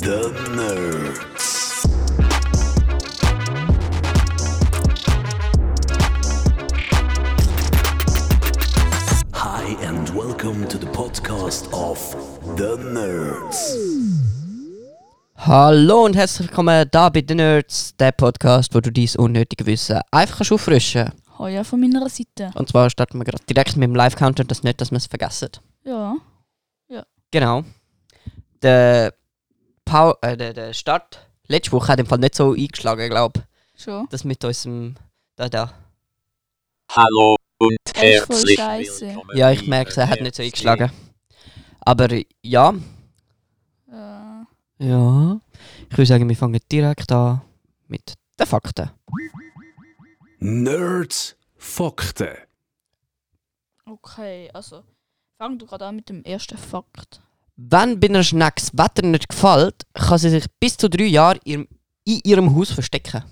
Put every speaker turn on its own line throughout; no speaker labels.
The Nerds. Hi, and welcome to the podcast of The Nerds.
Hallo und herzlich willkommen da bei den Nerds, der Podcast, wo du dein unnötige Wissen einfach kannst auffrischen
Oh ja, von meiner Seite.
Und zwar starten wir gerade direkt mit dem Live-Counter, das nicht, dass wir es vergessen.
Ja.
Genau. Der, Pau äh, der, der Start letzte Woche hat im Fall nicht so eingeschlagen, glaube ich.
Schon.
Das mit unserem. Da, da.
Hallo und
Er ist voll
herzlich
scheisse.
willkommen.
Ja, ich merke es, er hat nicht so eingeschlagen. Aber ja.
Äh,
Ja. Ich würde sagen, wir fangen direkt an mit den Fakten.
Nerds Fakten.
Äh, okay, also. Fang du gerade an mit dem ersten Fakt.
Wenn bei einer Schnecke das Wetter nicht gefällt, kann sie sich bis zu drei Jahre in, in ihrem Haus verstecken.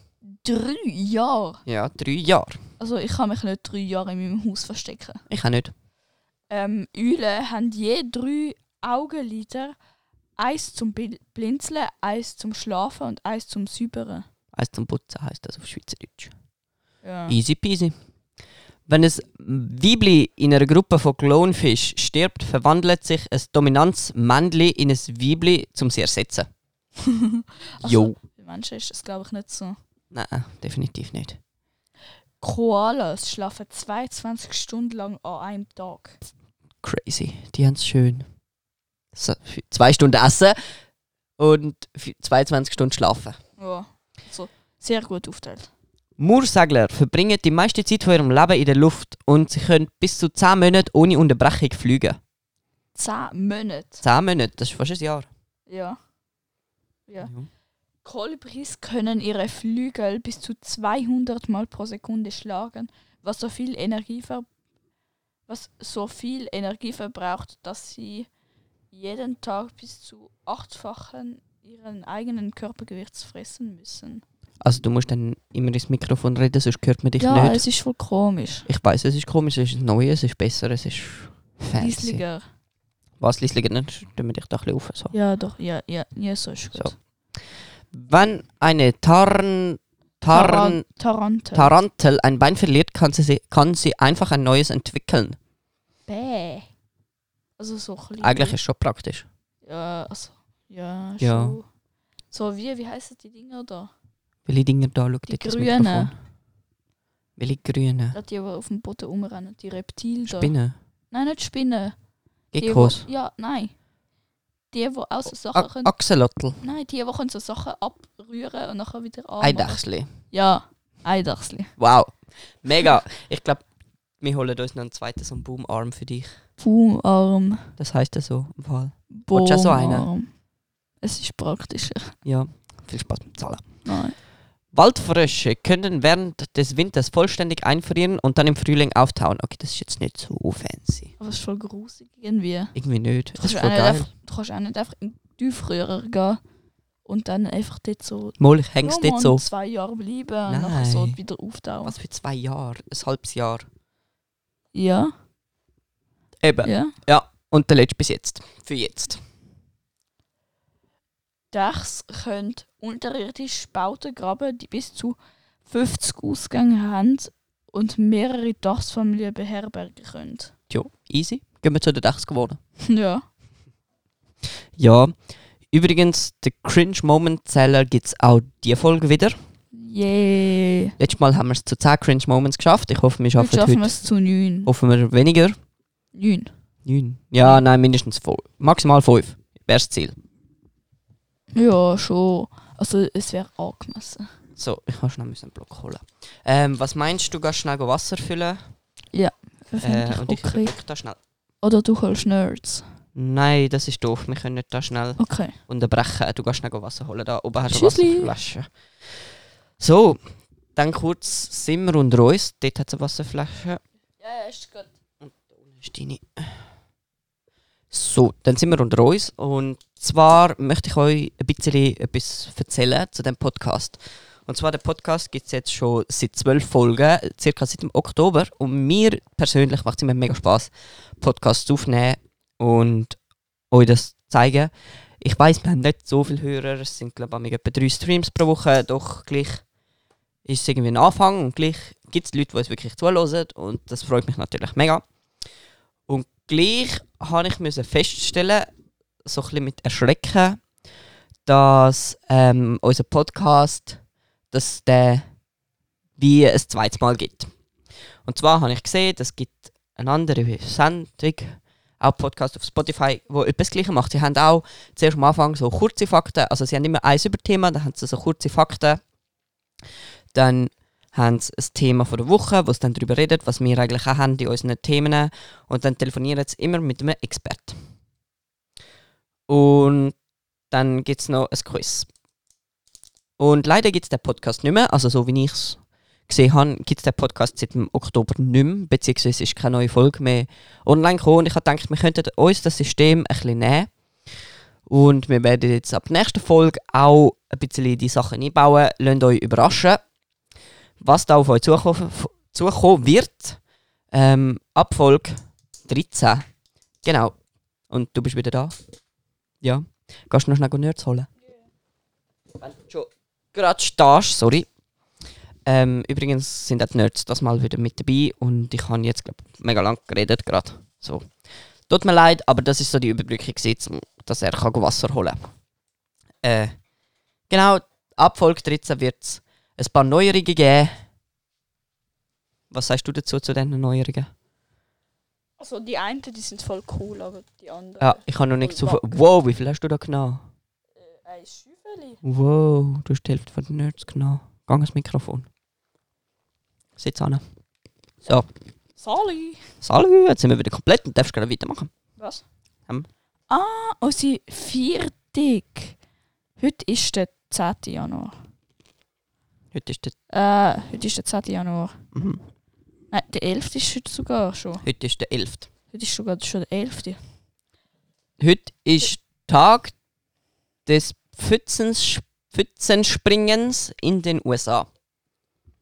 Drei Jahre?
Ja, drei Jahre.
Also, ich kann mich nicht drei Jahre in meinem Haus verstecken.
Ich auch nicht.
Ähm, Eulen haben je drei Augenlider. Eins zum Bil- Blinzeln, eins zum Schlafen und eins zum Säubern.
Eis zum Putzen heisst das auf Schweizerdeutsch.
Ja.
Easy peasy. Wenn ein Weibli in einer Gruppe von Clownfisch stirbt, verwandelt sich ein dominantes Männli in ein Weibli, um sie ersetzen. Jo.
Bei Menschen ist das, glaube ich, nicht so.
Nein, definitiv nicht.
Koalas schlafen 22 Stunden lang an einem Tag.
Crazy. Die haben es schön. So, für zwei Stunden essen und für 22 Stunden schlafen.
Ja. Also, sehr gut aufteilt.
Moorsegler verbringen die meiste Zeit von ihrem Leben in der Luft und sie können bis zu 10 Monate ohne Unterbrechung fliegen.
10 Monate.
10 Monate, das ist fast ein Jahr.
Ja. Ja. Kolibris können ihre Flügel bis zu 200 Mal pro Sekunde schlagen, was so viel Energie, ver was so viel Energie verbraucht, dass sie jeden Tag bis zu achtfachen ihren eigenen Körpergewichts fressen müssen.
Also du musst dann immer ins Mikrofon reden, sonst hört man dich
ja,
nicht.
es ist voll komisch.
Ich weiß, es ist komisch, es ist neu, es ist besser, es ist fancy.
Riesliger.
Was, Liesliger? Dann stellen wir dich da ein bisschen auf. So.
Ja, doch, ja, ja, ja, so ist gut.
So. Wenn eine Tarn, Tarn,
Taran Tarantel.
Tarantel ein Bein verliert, kann sie, sie- kann sie einfach ein neues entwickeln.
Bäh. Also so klein.
Eigentlich ist es schon praktisch.
Ja, also, ja,
Ja.
schon. So, wie, wie heißen die Dinger da?
Welche Dinger da schaut
Die
jetzt das
Grünen.
Mikrofon? Welche Grünen?
Da die, die auf dem Boden rumrennen, die Reptilien da.
Spinnen?
Nein, nicht Spinnen. Die,
Geckos?
wo- Ja, nein. Die, die auch so Sachen
A-
können.
Axolotl.
Nein, die, die können so Sachen abrühren und nachher wieder anmachen.
Eidechsli.
Ja, Eidachsli.
Wow. Mega. Ich glaube, wir holen uns noch einen zweiten so einen Boomarm für dich.
Boomarm.
Das heißt ja so im Fall.
Boomarm.
Willst du auch so einen?
Es ist praktischer.
Ja. Viel Spaß beim Zahlen.
Nein.
Waldfrösche können während des Winters vollständig einfrieren und dann im Frühling auftauen. Okay, das ist jetzt nicht so fancy.
Aber es ist voll grusig irgendwie.
Irgendwie nicht.
Du
Das
kannst,
ist
auch
voll
nicht
geil.
einfach, du kannst auch nicht einfach in den Tiefröhrer gehen und dann einfach dort so
Mal, ich häng's
Ja,
dort
Mann,
so.
zwei Jahre bleiben und nachher so
Nein.
wieder auftauen.
Was für zwei Jahre? Ein halbes Jahr.
Ja,
Eben.
ja.
Und der letzte bis jetzt. Für jetzt.
Dachs können unterirdisch Bauten graben, die bis zu 50 Ausgänge haben und mehrere Dachsfamilien beherbergen können.
Jo, easy. Gehen wir zu den Dachs gewonnen.
Ja.
Ja. Übrigens, den Cringe-Moment-Zeller gibt es auch diese Folge wieder.
Yeah.
Letztes Mal haben wir es zu 10 Cringe Moments geschafft. Ich hoffe, wir
Jetzt
schaffen es
schaffen wir
heute. Oh.
es zu neun.
Hoffen wir weniger.
Neun.
Neun. Ja, nein, mindestens fünf. Maximal fünf. Wäre das Ziel.
Ja, schon. Also es wäre angemessen.
So, ich muss schnell einen Block holen. Ähm, was meinst du, gehst schnell go Wasser füllen?
Finde
Äh,
ich
und ich
okay.
drück da schnell.
Oder du holst Nerds.
Nein, das ist doof. Wir können nicht da schnell
Okay.
unterbrechen. Du gehst schnell go Wasser holen. Da oben hast du
Tschüssli.
Wasserflasche. So, dann kurz Simmer und Reus. Dort hat es eine Wasserflasche.
Ja, ist gut.
ist deine. So, dann sind wir unter uns. Und zwar möchte ich euch ein bisschen etwas erzählen zu dem Podcast. Und zwar, der Podcast gibt es jetzt schon seit zwölf Folgen, circa seit dem Oktober. Und mir persönlich macht es immer mega Spaß, Podcasts aufzunehmen und euch das zu zeigen. Ich weiß, wir haben nicht so viele Hörer, es sind glaube ich etwa drei Streams pro Woche, doch gleich ist es irgendwie ein Anfang und gleich gibt es Leute, die es wirklich zuhören und das freut mich natürlich mega. Und gleich habe ich müssen feststellen, so ein bisschen mit Erschrecken, dass ähm, unser Podcast, dass der wie es zweites Mal gibt. Und zwar habe ich gesehen, es gibt eine andere Sendung, auch Podcast auf Spotify, wo etwas Gleiches macht. Sie haben auch zuerst am Anfang so kurze Fakten, also sie haben immer ein Überthema, dann haben sie so kurze Fakten, dann haben sie ein Thema von der Woche, wo sie dann darüber redet, was wir eigentlich auch haben in unseren Themen und dann telefonieren sie immer mit einem Experten. Und dann gibt es noch ein Quiz. Und leider gibt es den Podcast nicht mehr, also so wie ich es gesehen habe, gibt es den Podcast seit dem Oktober nicht mehr, beziehungsweise ist keine neue Folge mehr online gekommen. Und ich habe gedacht, wir könnten uns das System ein bisschen nehmen. Und wir werden jetzt ab der nächsten Folge auch ein bisschen die Sachen einbauen. Lasst euch überraschen, was da auf euch zukommen zukommen wird. Ähm, ab Folge 13. Genau. Und du bist wieder da? Ja. Gehst du noch schnell Nerds holen? Wenn du schon gerade stehst, sorry. Ähm, übrigens sind auch die Nerds das mal wieder mit dabei und ich habe jetzt, glaube mega lang geredet gerade. So. Tut mir leid, aber das ist so die Überbrückung, gewesen, zum- dass er kann Wasser holen kann. Äh, genau, ab Folge 13 wird es ein paar Neuerungen geben. Was sagst du dazu zu diesen Neuerungen?
Also die einen, die sind voll cool, aber die anderen.
Ja, Ah, ich habe noch nichts auf. Wow, wie viel hast du da genommen?
Ein Schüffeli.
Wow, du hast die Hälfte von den Nerds genommen. Geh ans Mikrofon. Sitz an. So.
Sali.
Salü, jetzt sind wir wieder komplett und darfst gerne weitermachen.
Was?
Ähm.
Ah, unsere Viertig. Heute ist der 10. Januar.
Heute ist der,
Äh, heute ist der 10. Januar.
mhm.
Nein, der 11. ist heute sogar schon.
heute ist der 11.
Heute ist sogar schon der 11.
Heute ist Tag des Pfützens, Pfützenspringens in den USA.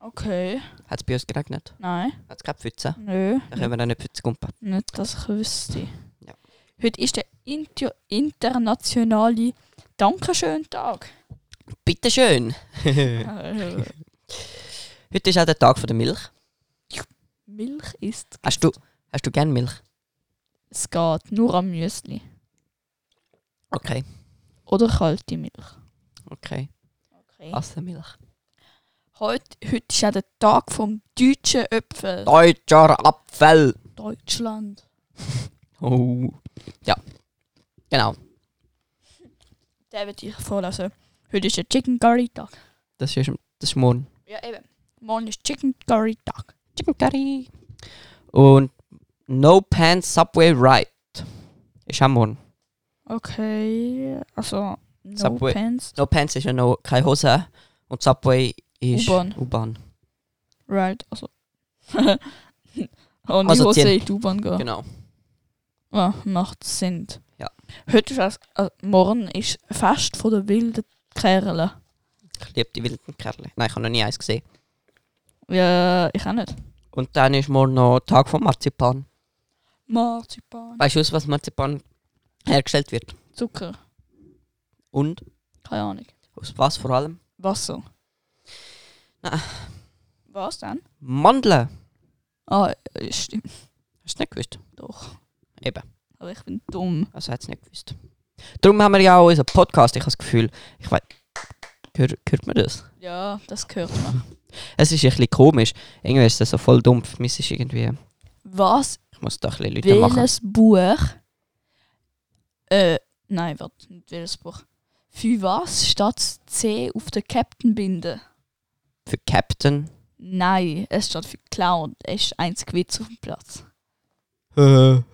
Okay.
Hat es bei uns geregnet?
Nein.
Hat es keine Pfütze?
Nö.
Da können wir dann nicht Pfütze kumpen.
Nicht, dass ich wüsste.
Ja.
Heute ist der Inter internationale Dankeschön-Tag.
Bitteschön!
Äh,
Heute ist auch der Tag von der Milch.
Milch ist.
Hast du, hast du gern Milch?
Es geht nur am Müsli.
Okay.
Oder kalte Milch.
Okay.
Okay.
Assenmilch.
Heute, heute ist auch der Tag vom deutschen Äpfel.
Deutscher Apfel!
Deutschland.
Oh. Ja. Genau.
Den würde ich vorlesen. Heute ist der Chicken Curry Tag.
Das ist, das ist morgen.
Ja, eben. Morgen ist Chicken Curry Tag.
Chicken Curry. Und No Pants Subway Ride. Ist auch morgen.
Okay. Also, no
Subway.
pants.
No Pants ist ja noch keine Hose. Und Subway ist
U-Bahn.
U-Bahn.
Right. Also. Und
Also
also ich
ziehen.
sehe in die U-Bahn gehen.
Genau.
Ja, macht Sinn.
Ja.
Heute ist also, äh, morgen ist Fest von der wilden Kerle.
Ich liebe die wilden Kerle. Nein, ich habe noch nie eins gesehen.
Ja, äh, ich auch nicht.
Und dann ist morgen noch Tag vom Marzipan.
Marzipan.
Weißt du, aus was Marzipan hergestellt wird?
Zucker.
Und?
Keine Ahnung.
Aus was vor allem?
Wasser.
Nein.
Was denn?
Mandeln.
Ah, äh, stimmt
Hast du nicht gewusst?
doch.
Eben.
Aber ich bin dumm.
Also hat es nicht gewusst. Darum haben wir ja auch unseren Podcast. Ich habe das Gefühl, ich weiß. Hör, hört man das?
Ja, das gehört man.
Es ist ein bisschen komisch. Irgendwie ist das so voll dumpf. Mir ist irgendwie.
Was?
Ich muss da ein bisschen Leute machen.
Welches Buch? Äh, nein, warte, nicht welches Buch. Für was steht das C auf der Captain-Binde?
Für Captain.
Nein, es steht für Clown. Es ist einzig Witz auf dem Platz.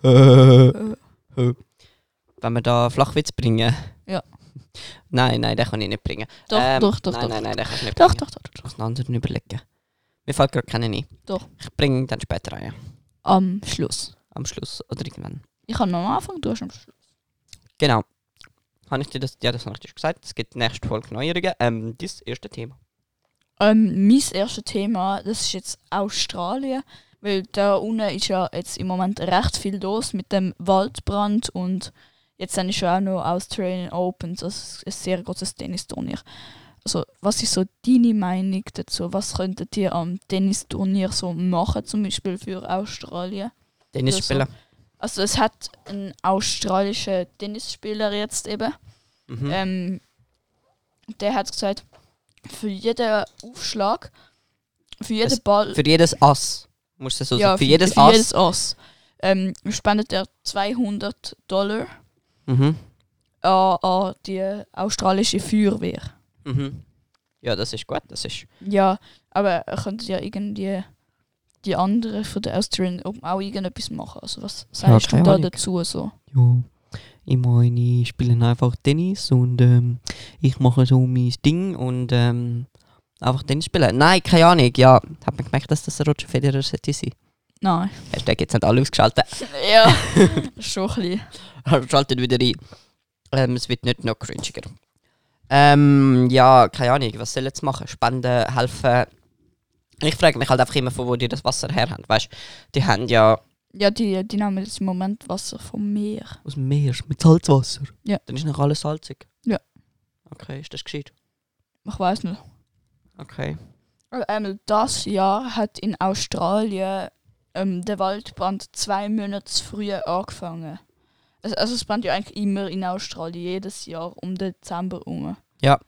Ähm, Wenn wir da Flachwitz bringen.
Ja.
Nein, nein, den kann ich nicht bringen.
Doch,
Ähm,
doch, doch,
nein,
doch.
Nein, nein, den kann ich nicht
Doch,
bringen.
doch, doch, doch.
Ich muss einen anderen überlegen. Mir fällt gerade keinen ein.
Doch.
Ich bringe ihn dann später ein.
Am Schluss.
Am Schluss oder irgendwann.
Ich kann noch am Anfang, du hast am Schluss.
Genau. Habe ich dir das, ja, das habe ich dir schon gesagt. Es gibt nächste Folge Neuerungen. Ähm, das erste Thema.
Ähm, mein erstes Thema, das ist jetzt Australien, weil da unten ist ja jetzt im Moment recht viel los mit dem Waldbrand und Jetzt dann ist ja auch noch Australian Open, so ein ein sehr großes Tennisturnier. Also, was ist so deine Meinung dazu? Was könntet ihr am Tennisturnier so machen, zum Beispiel für Australien?
Tennis
Ja, so.
spielen.
Also, es hat einen australischen Tennisspieler jetzt eben.
Mhm.
Ähm, der hat gesagt, für jeden Aufschlag, für jeden
Es-
Ball,
Für jedes Ass. Musst du so sagen. Für
für-
jedes
für
Ass.
jedes Ass ähm, spendet er 200 Dollar
Mhm.
an, an die australische Feuerwehr.
Mhm. Ja, das ist gut. Das ist.
Ja, aber er könnte ja irgendwie die anderen von der Australian Open auch irgendetwas machen. Also was sagst
keine
du da
Ahnung.
dazu so?
Ja, ich meine, ich spiele einfach Tennis und ähm, ich mache so mein Ding und ähm,
Einfach Tennis spielen. Nein, keine Ahnung. Ja, hat man gemerkt, dass das der Roger Federer sollte sein.
Nein.
Hashtag jetzt nicht alle ausgeschaltet.
Ja, schon ein bisschen.
Also Schaltet wieder ein. Ähm, es wird nicht noch cringiger. Ähm, ja, keine Ahnung. Was soll jetzt machen? Spenden, helfen. Ich frage mich halt einfach immer, von wo die das Wasser her haben. Weißt du, die haben ja.
Ja, die, die nehmen jetzt im Moment Wasser vom Meer.
aus dem Meer, mit Salzwasser.
Dann ist noch alles salzig.
Ja.
Okay, ist das gescheit?
Ich weiß nicht.
Okay.
Also einmal das Jahr hat in Australien ähm, der Waldbrand zwei Monate zu früh angefangen. Also, also es brennt ja eigentlich immer in Australien, jedes Jahr um den Dezember herum.
Ja.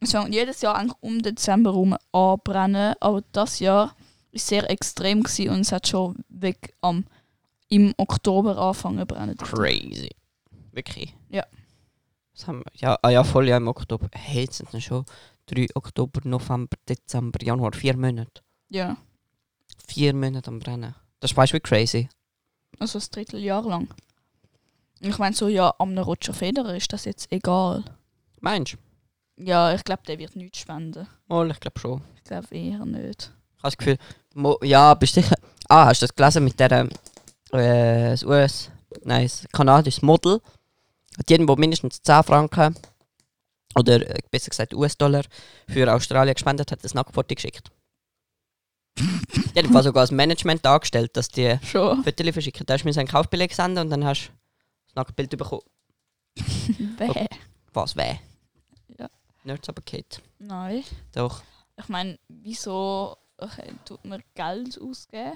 Es fängt jedes Jahr eigentlich um den Dezember herum anbrennen, aber das Jahr ist sehr extrem gewesen und es hat schon weg am im Oktober angefangen zu brennen.
Crazy. Wirklich?
Ja.
Was haben wir? Ja, ah ja, voll ja im Oktober. Hey, jetzt sind wir schon 3 Oktober, November, Dezember, Januar. Vier Monate.
Ja,
Vier Monate am Brennen. Das weißt du wie crazy.
also ein Dritteljahr lang. Ich meine so, ja, am Roger Federer ist das jetzt egal.
Meinst du?
Ja, ich glaube, der wird nichts spenden.
Mal, ich glaube schon.
Ich glaube eher nicht.
Ich habe das Gefühl, mo ja, bist sicher. Ah, hast du das gelesen mit der äh, das US, nein, das kanadisches Model? Hat jeden, der mindestens 10 Franken oder äh, besser gesagt US-Dollar für Australien gespendet hat, das Nacktfoto geschickt. Jedenfalls sogar das Management angestellt, dass die
Schon.
Fotos verschicken. Da hast du einen Kaufbeleg senden und dann hast du das Nacktbild bekommen.
Weh.
Was weh?
Ja.
Nerds aber Kid.
Nein.
Doch.
Ich meine, wieso okay, tut man Geld ausgeben?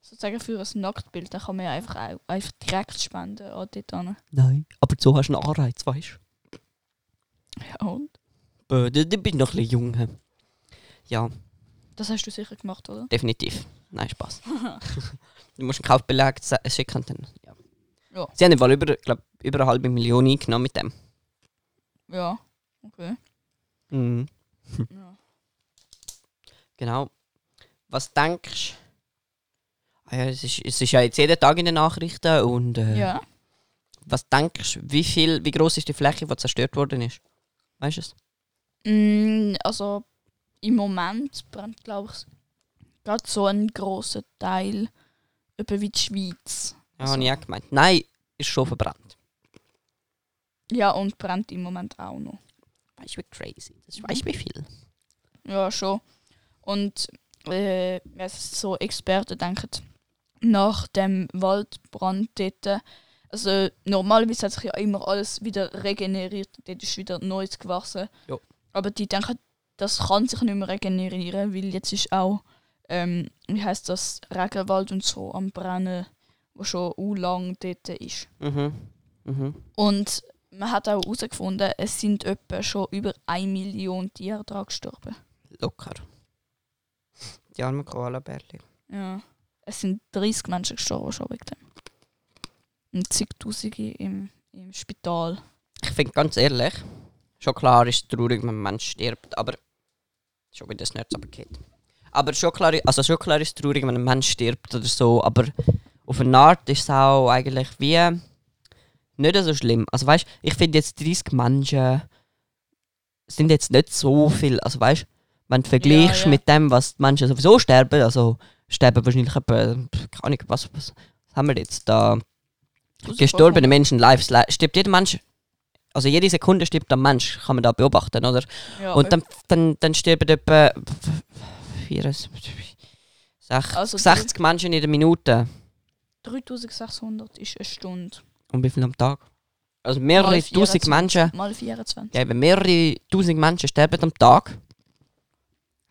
Sozusagen für ein Nacktbild, dann kann man ja einfach, au- einfach direkt spenden an dort hin.
Nein. Aber so hast du einen Anreiz, weißt du?
Ja, und?
Äh, Du, du bist noch ein bisschen jung. hä? Ja,
Das hast du sicher gemacht, oder?
definitiv. Nein, Spaß. du musst einen Kaufbeleg se- schicken. und Dann, ja.
Ja.
Sie haben im Fall über, glaub, über eine halbe Million eingenommen mit dem.
Ja. Okay. Ja.
Genau. Was denkst du? Ah ja, es, ist, es ist ja jetzt jeden Tag in den Nachrichten. Und äh,
ja.
was denkst du, wie, viel, wie groß ist die Fläche, die zerstört worden ist? Weißt du es?
Mm, also im Moment brennt, glaube ich, gerade so ein großer Teil etwa wie die Schweiz.
Ja,
Also-
habe ich auch gemeint. Nein, ist schon verbrannt.
Ja, und brennt im Moment auch noch.
Weißt du, wie crazy? Das weißt du, wie viel?
Ja, schon. Und äh, ja, so Experten denken, nach dem Waldbrand dort, also normalerweise hat sich ja immer alles wieder regeneriert, dort ist wieder Neues gewachsen.
Ja.
Aber die denken, das kann sich nicht mehr regenerieren, weil jetzt ist auch, ähm, wie heißt das, Regenwald und so am Brennen, wo schon u lang dort ist.
Mhm. Mhm.
Und man hat auch herausgefunden, es sind etwa schon über 1 Million Tiere daran gestorben.
Locker. Die armen Koala-Bärli.
Ja. Es sind 30 Menschen gestorben schon wegen dem. Und zigtausende im, im Spital.
Ich finde ganz ehrlich, schon klar ist es traurig, wenn ein Mensch stirbt, aber schon wieder das Nerz abgeht. Aber schon klar, also schon klar ist es traurig, wenn ein Mensch stirbt oder so, aber auf eine Art ist es auch eigentlich wie nicht so schlimm. Also weißt ich finde jetzt 30 Menschen sind jetzt nicht so viel. Also weißt wenn du vergleichst
ja.
mit dem, was die Menschen sowieso sterben, also sterben wahrscheinlich etwa, keine Ahnung, was, was haben wir jetzt da? gestorbene Menschen live stirbt jeder Mensch also jede Sekunde stirbt ein Mensch kann man da beobachten oder
Ja, äh.
und dann, dann, dann sterben etwa 64,
Also
60 Menschen in der Minute
3600 ist eine Stunde.
und wie viel am Tag also mehrere
Mal
tausend
24.
Menschen,
Mal 24.
ja, eben mehrere tausend Menschen sterben am Tag.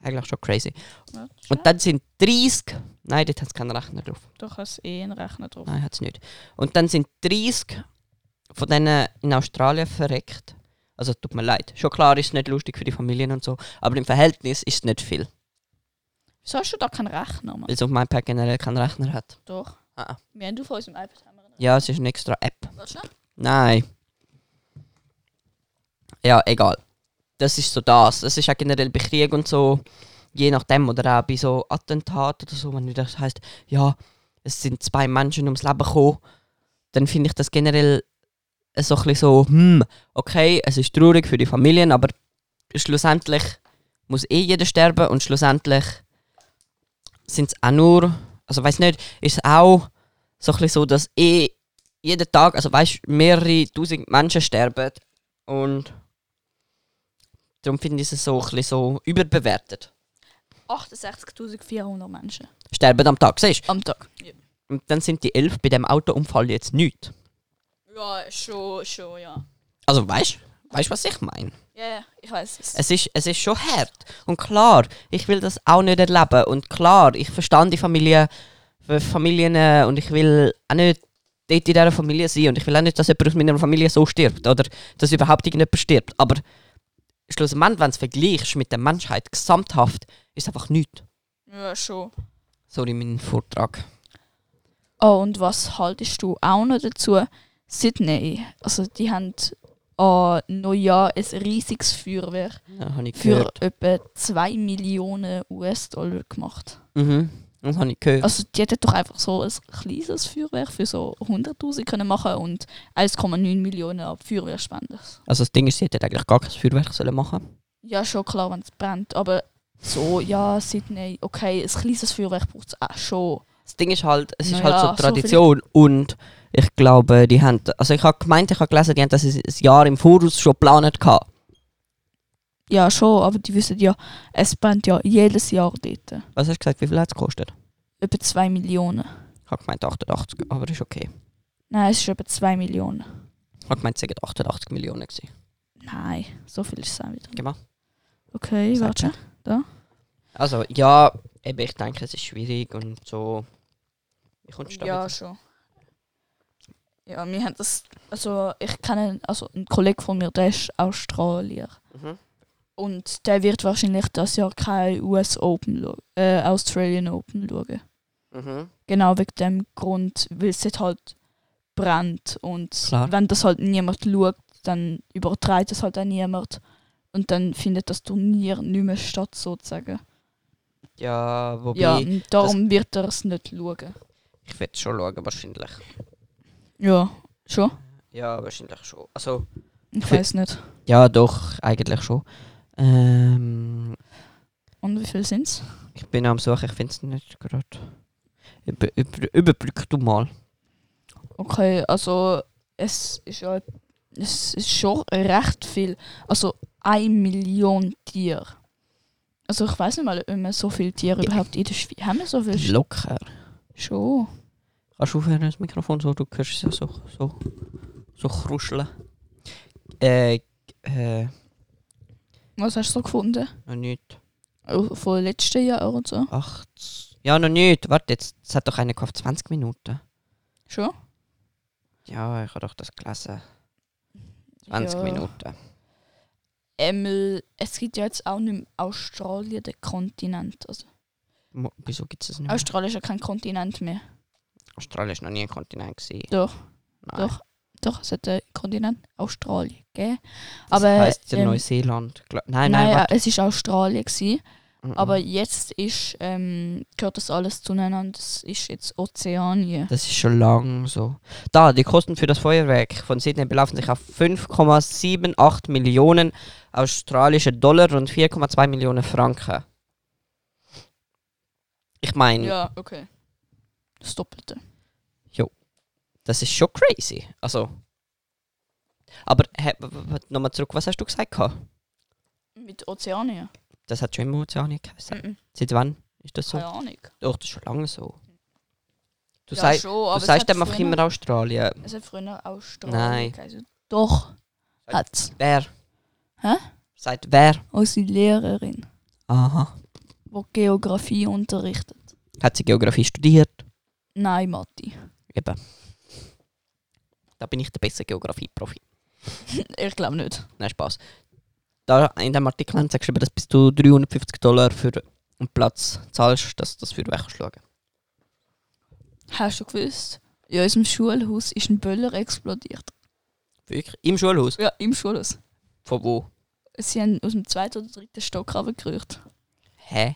Eigentlich schon crazy.
Ja,
Und dann sind 30, nein, dort hat es keinen Rechner drauf.
Du kannst eh einen Rechner drauf.
Nein, hat es nicht. Und dann sind 30 von denen in Australien verreckt. Also tut mir leid. Schon klar ist es nicht lustig für die Familien und so, aber im Verhältnis ist es nicht viel.
Wieso hast du da keinen Rechner? Mann?
Weil so mein Pack generell keinen Rechner hat.
Doch.
Ah.
Wir haben du von unserem iPad haben wir einen
Ja, es ist eine extra App.
Rechner. Warte schnell.
Nein. Ja, egal. Das ist so das. Das ist auch generell bei Krieg und so, je nachdem, oder auch bei so Attentaten oder so, wenn du das heißt, ja, es sind zwei Menschen ums Leben gekommen, dann finde ich das generell so ein bisschen so, hm, okay, es ist traurig für die Familien, aber schlussendlich muss eh jeder sterben und schlussendlich sind es auch nur, also weiß nicht, ist es auch so ein bisschen so, dass eh jeden Tag, also weißt mehrere tausend Menschen sterben und darum finde ich es so ein bisschen so überbewertet.
68.400 Menschen
Sterben am Tag, siehst
am Tag. Ja,
du? Und dann sind die elf bei dem Autounfall jetzt nichts.
ja schon, schon, ja.
Also weißt du, weißt, was ich meine?
Ja, ja, ich weiß es.
Es ist, es ist schon hart. Und klar, ich will das auch nicht erleben. Und klar, ich verstehe die Familie, äh, Familien äh, und ich will auch nicht dort in dieser Familie sein. Und ich will auch nicht, dass jemand aus meiner Familie so stirbt oder dass überhaupt irgendjemand stirbt. Aber schlussendlich, wenn du es vergleichst mit der Menschheit gesamthaft, ist es einfach nichts.
Ja, schon.
Sorry, mein Vortrag.
Oh, und was haltest du auch noch dazu? Sydney, also die haben an Neujahr ein riesiges Feuerwerk
Ja, habe ich
für
gehört.
etwa 2 Millionen US-Dollar gemacht.
Mhm. Das habe ich gehört.
Also die hätten doch einfach so ein kleines Feuerwerk für so 100'000 können machen und 1,9 Millionen an Feuerwehrspender.
Also das Ding ist, sie hätte eigentlich gar kein Feuerwerk sollen machen
Ja, schon klar, wenn es brennt, aber so, ja, Sydney, okay, ein kleines Feuerwerk braucht es auch schon.
Das Ding ist halt, es ist
Na
halt
ja,
so
so
Tradition und ich glaube, die haben, also ich habe gemeint, ich habe gelesen, die haben das ein Jahr im Voraus schon geplant gehabt.
Ja, schon, aber die wissen ja, es brennt ja jedes Jahr dort.
Was hast du gesagt, wie viel hat es gekostet?
Etwa 2 Millionen.
Ich habe gemeint 88, aber ist okay.
Nein, es ist etwa 2 Millionen.
Ich habe gemeint, es waren 88 Millionen gewesen.
Nein, so viel ist es auch wieder.
Geh mal.
Okay,
Sag
warte.
Also ja, eben, ich denke, es ist schwierig und so. Wie kommst du damit?
Ja, schon. Ja, wir haben das. Also, ich kenne also einen Kollegen von mir, der ist Australier.
Mhm.
Und der wird wahrscheinlich das Jahr kein US Open, lo- äh, Australian Open schauen.
Mhm.
Genau wegen dem Grund, weil es dort halt brennt. Und
Klar.
wenn das halt niemand schaut, dann übertreibt es halt auch niemand. Und dann findet das Turnier nicht mehr statt, sozusagen.
Ja, wobei,
Ja, und darum wird er es nicht schauen.
ich werde schon schauen, wahrscheinlich.
Ja, schon.
Ja, wahrscheinlich schon. Also,
Ich
Für-
weiß nicht.
ja, doch, eigentlich schon. Ähm,
Und wie viel sind es?
Ich bin am Suchen, ich finde es nicht gerade. Über, über, überbrück du mal.
Okay, also es ist ja es ist schon recht viel. Also eine Million Tiere. Also ich weiß nicht mal, ob wir so viele Tiere überhaupt in der Schweiz haben. Wir so viel Sch
Locker.
Schon.
Kannst du aufhören, das Mikrofon so, du hörst es ja so, so, so kruscheln. Äh, äh,
Was hast du so gefunden?
noch nicht.
Au- Von letzten Jahr oder so?
Acht. Ja, noch nicht. Warte, jetzt, es hat doch einer gekauft, 20 Minuten.
Schon?
Ja, ich habe doch das gelesen. 20
Ja.
Minuten.
Ähm, es gibt ja jetzt auch nicht mehr Australien, den Kontinent. Also,
Mo- Wieso gibt es das nicht? Mehr?
Australien ist ja kein Kontinent mehr.
Australien ist noch nie ein Kontinent. Gewesen.
Doch,
Nein.
doch. Doch, es hat einen Kontinent Australien gegeben.
Das
aber,
heisst ja
ähm,
Neuseeland. gla- Nein,
Nein,
nein, äh, warte. Mhm.
es ist Australien gewesen,
Mm-mm.
aber jetzt ist, ähm, gehört das alles zueinander. Das ist jetzt Ozeanien.
Das ist schon lang so. Da, die Kosten für das Feuerwerk von Sydney belaufen sich auf 5,78 Millionen australische Dollar und 4,2 Millionen Franken. Ich meine,
Ja, okay. Das Doppelte.
das ist schon crazy. Also. Aber hä, w- w- w- nochmal zurück, was hast du gesagt? gehabt?
Mit Ozeanien?
Das hat schon immer Ozeanien geheißen.
Mhm.
Seit wann ist das so?
Keine Ahnung.
Doch, das ist schon lange so. Du
ja,
sagst,
schon, aber
du
es
sagst
hat
dem einfach
früher-
immer Australien.
Es hat früher Australien
Nein.
geheißen. Doch. Hat's.
Wer?
Hä?
Seit wer?
Unsere Lehrerin,
Aha.
die Geografie unterrichtet.
Hat sie Geografie studiert?
Nein, Matti.
Eben. Da bin ich der beste Geografie-Profi.
Ich glaube nicht.
Nein, Spaß. Da in dem Artikel haben sie geschrieben, dass bis du 350 Dollar für einen Platz zahlst, dass du das für wegschlagen
Hast du gewusst? In unserem Schulhaus ist ein Böller explodiert.
Wirklich? Im Schulhaus?
Ja, im Schulhaus.
Von wo?
Sie haben aus dem zweiten oder dritten Stock runtergerührt.
Hä?
Äh,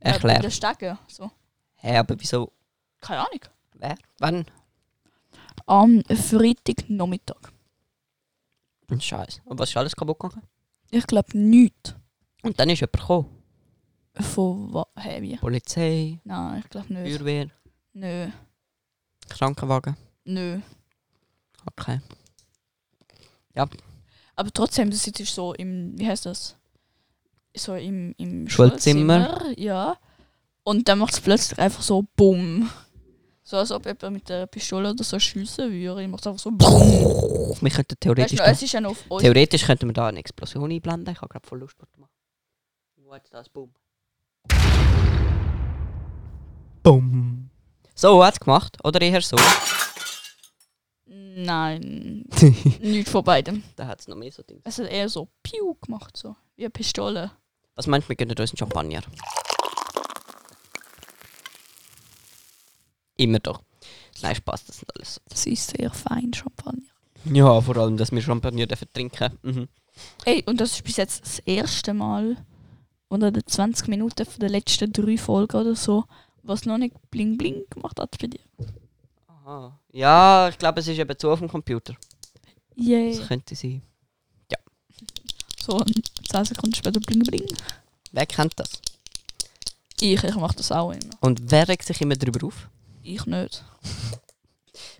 bei
Erklär.
den Stegen, so.
Hä, aber wieso?
Keine Ahnung.
Wer? Wann?
Am Freitagnachmittag.
Ein Scheiß. Hm, Und was ist alles kaputt gegangen?
Ich glaube nichts.
Und dann ist jemand gekommen.
Von was? Hä, wie?
Polizei,
Nein, ich glaube nicht.
Feuerwehr,
Nö.
Krankenwagen.
Nö.
Okay.
Aber trotzdem, du sitzt so im, wie heißt das? So im, im
Schulzimmer.
Schulzimmer, Ja. Und dann macht es plötzlich einfach so Bumm. So als ob jemand mit der Pistole oder so schiessen würde. Ich mache einfach so Bumm.
Wir könnten
Weißt du,
theoretisch...
noch, es ist ja noch auf uns.
Theoretisch könnten wir da eine Explosion einblenden. Ich habe gerade voll Lust drauf gemacht. Wo hat das Boom?
Bumm.
So, hat's gemacht. Oder eher so.
Nein, nichts von beidem.
Da hat's noch mehr so Dings.
Es hat eher so Piu gemacht, so. Wie eine Pistole.
Was meinst du, wir gönnen uns einen Champagner? Immer doch. Nein, Spaß, das sind alles.
Das ist sehr fein, Champagner.
Ja, vor allem, dass wir Champagner dürfen trinken. Mhm.
Ey, und das ist bis jetzt das erste Mal unter den 20 Minuten von den letzten drei Folgen oder so, was noch nicht bling bling gemacht hat bei dir.
Aha. Ja, ich glaube, es ist eben zu auf dem Computer. Hm.
Yay.
Das könnte sein.
So, 10 Sekunden später bling bling.
Wer kennt das?
Ich, ich mache das auch immer.
Und wer regt sich immer darüber auf?
Ich nicht.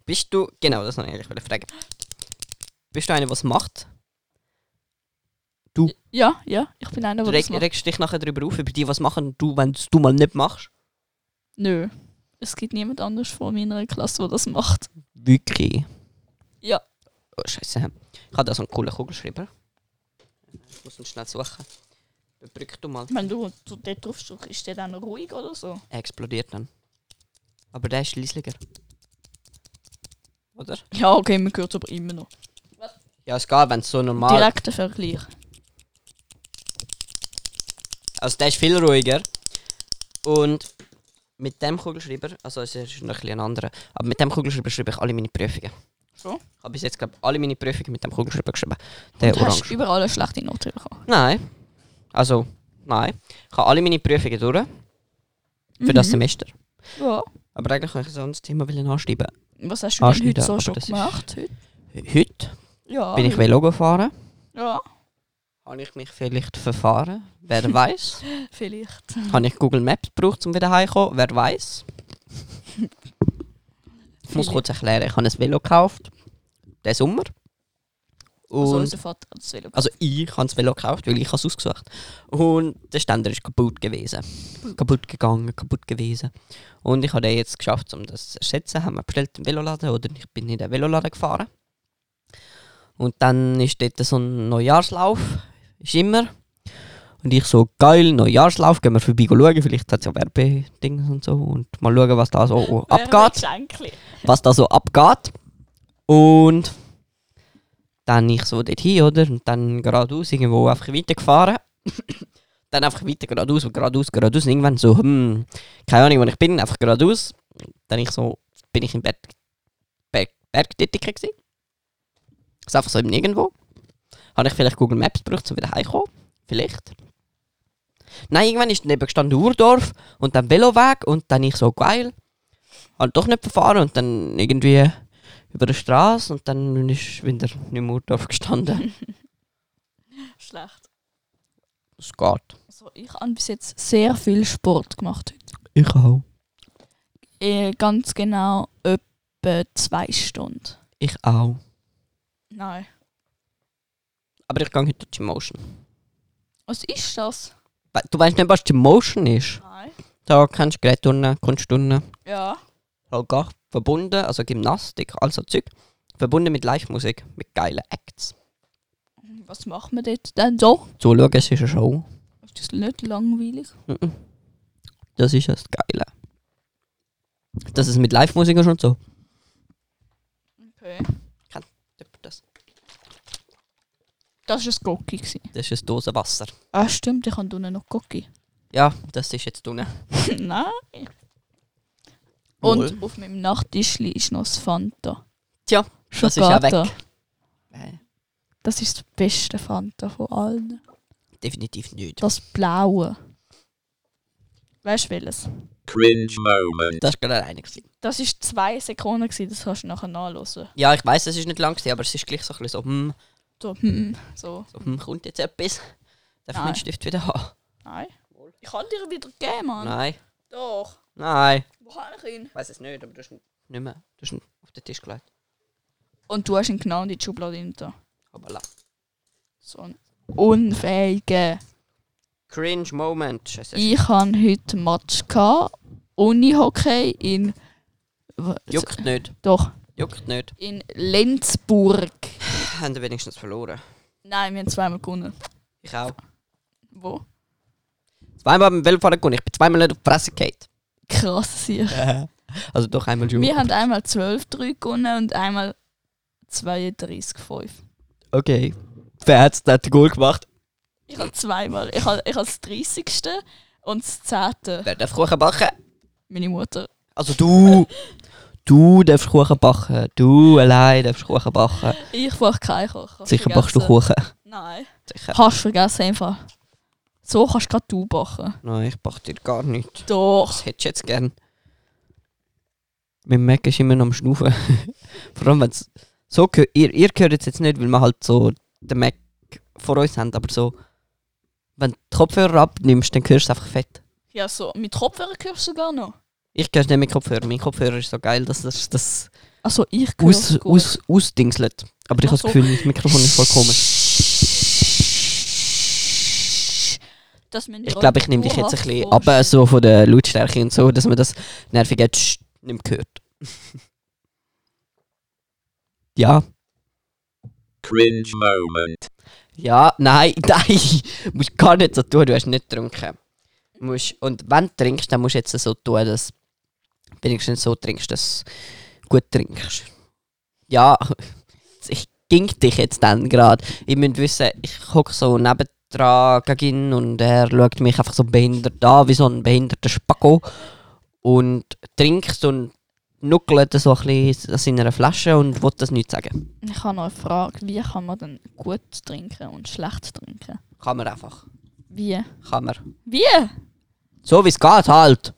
Bist du. Genau, das wollte ich eigentlich fragen. Bist du einer, was macht?
Ja, ja, ich bin einer, der
Reg,
das macht.
regst du dich nachher darüber auf, über die, was machen du, wenn du mal nicht machst?
Nö. Es gibt niemand anders von meiner Klasse, der das macht.
Wirklich?
Ja.
Oh, Scheiße. Ich habe da so einen coolen Kugelschreiber. Ich muss ihn schnell suchen. Drück du mal.
Wenn du, du dort drauf drückst, ist der dann ruhig oder so?
Er explodiert dann. Aber der ist schließlicher. Oder?
Ja, okay, man hört es aber immer noch.
Ja, es geht, wenn es so normal
Direkter Vergleich.
Also der ist viel ruhiger. Und mit dem Kugelschreiber, also es ist noch ein, bisschen ein anderer, aber mit dem Kugelschreiber schreibe ich alle meine Prüfungen.
So?
Ich habe bis jetzt, glaube ich, alle meine Prüfungen mit dem Kugelschreiber geschrieben. Der
Du hast
Äh, orange.
überall eine schlechte Note bekommen.
Nein. Also, nein. Ich habe alle meine Prüfungen durch. Für das Semester.
Ja.
Aber eigentlich wollte ich so ein Thema wollen anschreiben.
Was hast du denn
Anschneiden,
heute so
aber
schon
das ist-
gemacht? Heute?
Heute
Ja.
bin ich Velo gefahren.
Ja,
Ah, Habe ich mich vielleicht verfahren? Wer weiß?
vielleicht.
Habe ich Google Maps gebraucht, um wieder heimzukommen? Wer weiß? Ich muss kurz erklären, ich habe ein Velo gekauft. Den Sommer.
Also
Und,
unser Vater hat das Velo
also ich habe das Velo gekauft, weil ich habe es ausgesucht Und der Ständer ist kaputt gewesen. Kaputt gegangen, kaputt gewesen. Und ich habe den jetzt geschafft, um das zu ersetzen. Haben wir bestellt im Veloladen oder ich bin in den Veloladen gefahren. Und dann ist dort so ein Neujahrslauf. Ist immer. Und ich so, geil, Neujahrslauf, gehen wir vorbei schauen, vielleicht hat es ja Werbedings und so. Und mal schauen, was da so abgeht
Geschenkli.
was da so abgeht. Und dann ich so dorthin, oder? Und dann geradeaus irgendwo einfach weitergefahren. dann einfach weiter geradeaus und geradeaus, geradeaus. Und irgendwann so, hm, keine Ahnung, wo ich bin, einfach geradeaus. Dann ich so, bin ich im Berg, Berg, Bergdettiken gewesen. Das ist einfach so im Nirgendwo. Habe ich vielleicht Google Maps gebraucht, um wieder heimzukommen? Vielleicht. Nein, irgendwann ist daneben gestanden Urdorf und dann Veloweg und dann ich so, geil halt doch nicht verfahren und dann irgendwie über die Straße und dann ist wieder im Urdorf gestanden.
Schlecht.
Es geht.
Also ich habe bis jetzt sehr viel Sport gemacht heute.
Ich auch.
Eh, ganz genau etwa zwei Stunden.
Ich auch.
Nein.
Aber ich gehe heute durch Motion.
Was ist das?
We du weißt nicht, was Motion ist?
Nein.
Da kannst du Geräte unten, Kunststunden, Halt
Ja.
Rollgach verbunden, also Gymnastik, also Zeug. Verbunden mit Live-Musik, mit geilen Acts.
Was macht man dort dann so?
Zuschauen, es ist eine Show.
Ist das nicht langweilig?
Mhm. Das ist das Geile. Das ist mit Live-Musik schon so.
Okay.
Das,
Das war ein Gocki. gewesen.
das ist ein Dose Wasser.
Ah, stimmt, ich habe unten noch Gocki.
Ja, das ist jetzt unten.
Nein.
Wohl.
Und auf meinem Nachttischli ist noch das Fanta.
Tja, das ist ja
Schokolade.
weg. Äh,
Das ist das beste Fanta von allen.
definitiv nicht.
Das Blaue. Weißt du welches?
Cringe moment.
Das ist gerade eine. gewesen.
Das war zwei Sekunden, gewesen, das kannst du nachher nachlesen.
Ja, ich weiß, es ist nicht lang, gewesen, aber es ist gleich so ein bisschen so, hm,
So, hm, so.
so hm, kommt jetzt etwas? Darf ich
Nein.
meinen Stift wieder haben?
Nein. Ich kann dir wieder geben, Mann.
Nein.
Doch.
Nein.
Wo habe ich ihn?
Ich weiß es nicht, aber du hast ihn nicht mehr. Du hast ihn auf den Tisch gelegt.
Und du hast ihn genau in die Schublade hinter.
Aber la.
So ein Unfähiger.
Cringe Moment. Scheiße.
Ich hatte heute Match gehabt, Unihockey in. w-
Juckt nicht.
Doch,
Juckt nicht.
in Lenzburg.
Haben wir wenigstens verloren.
Nein, wir haben zweimal gewonnen.
Ich auch.
Wo?
Zweimal beim Velofahren gewonnen. Ich bin zweimal nicht auf die Fresse gefallen.
Krass sicher.
Also doch einmal schon.
Wir haben einmal 12-3 gewonnen und einmal 32-5.
Okay. Wer hat's da Goal gemacht?
Ich habe zweimal. Ich habe ich hab das 30. und das 10.
Wer darf Kuchen backen?
Meine Mutter.
Also du. du darfst Kuchen backen. Du allein darfst Kuchen backen.
Ich brauche keinen Kocher.
Sicher backst du
Vergessen.
Kuchen.
Nein.
Sicher.
Hast vergessen einfach. So kannst gerade du backen.
Nein, ich backe dir gar nicht.
Doch.
Das hättest du jetzt gern. Mein Mac ist immer noch am Schnaufen. Vor allem, wenn es so gehö- ihr, ihr hört es jetzt nicht, weil wir halt so den Mac vor uns haben, aber so, wenn du die Kopfhörer abnimmst, dann hörst du es einfach fett.
Ja, so. Mit Kopfhörer hörst du sogar noch.
Ich höre nicht mit Kopfhörer. Mein Kopfhörer ist so geil, dass das, das
Also ich höre
aus,
es gut.
aus, ausdingselt. Aber ich
Ach
habe
so.
das Gefühl, das Mikrofon ist voll komisch.
Das müssen wir
Ich glaube, ich nehme dich jetzt ein
dauerhaft
bisschen
vorstellen.
ab, Äh, so von der Lautstärke und so, dass man das nervige Tsch nicht mehr hört. ja.
Cringe moment.
Ja, nein, nein, musst gar nicht so tun, du hast nicht getrunken. Musst, und wenn du trinkst, dann musst du jetzt so tun, dass du wenigstens so trinkst, dass du gut trinkst. Ja, ich ging dich jetzt dann gerade. Ich müsst wissen, ich hocke so nebendran gegen ihn und er schaut mich einfach so behindert an, wie so ein behinderter Spacko. Und trinkt und nuckelt so ein bisschen an seiner Flasche und will das nicht sagen.
Ich habe noch eine Frage. Wie kann man denn gut trinken und schlecht trinken?
Kann man einfach.
Wie?
Kann man.
Wie?
So wie es geht halt.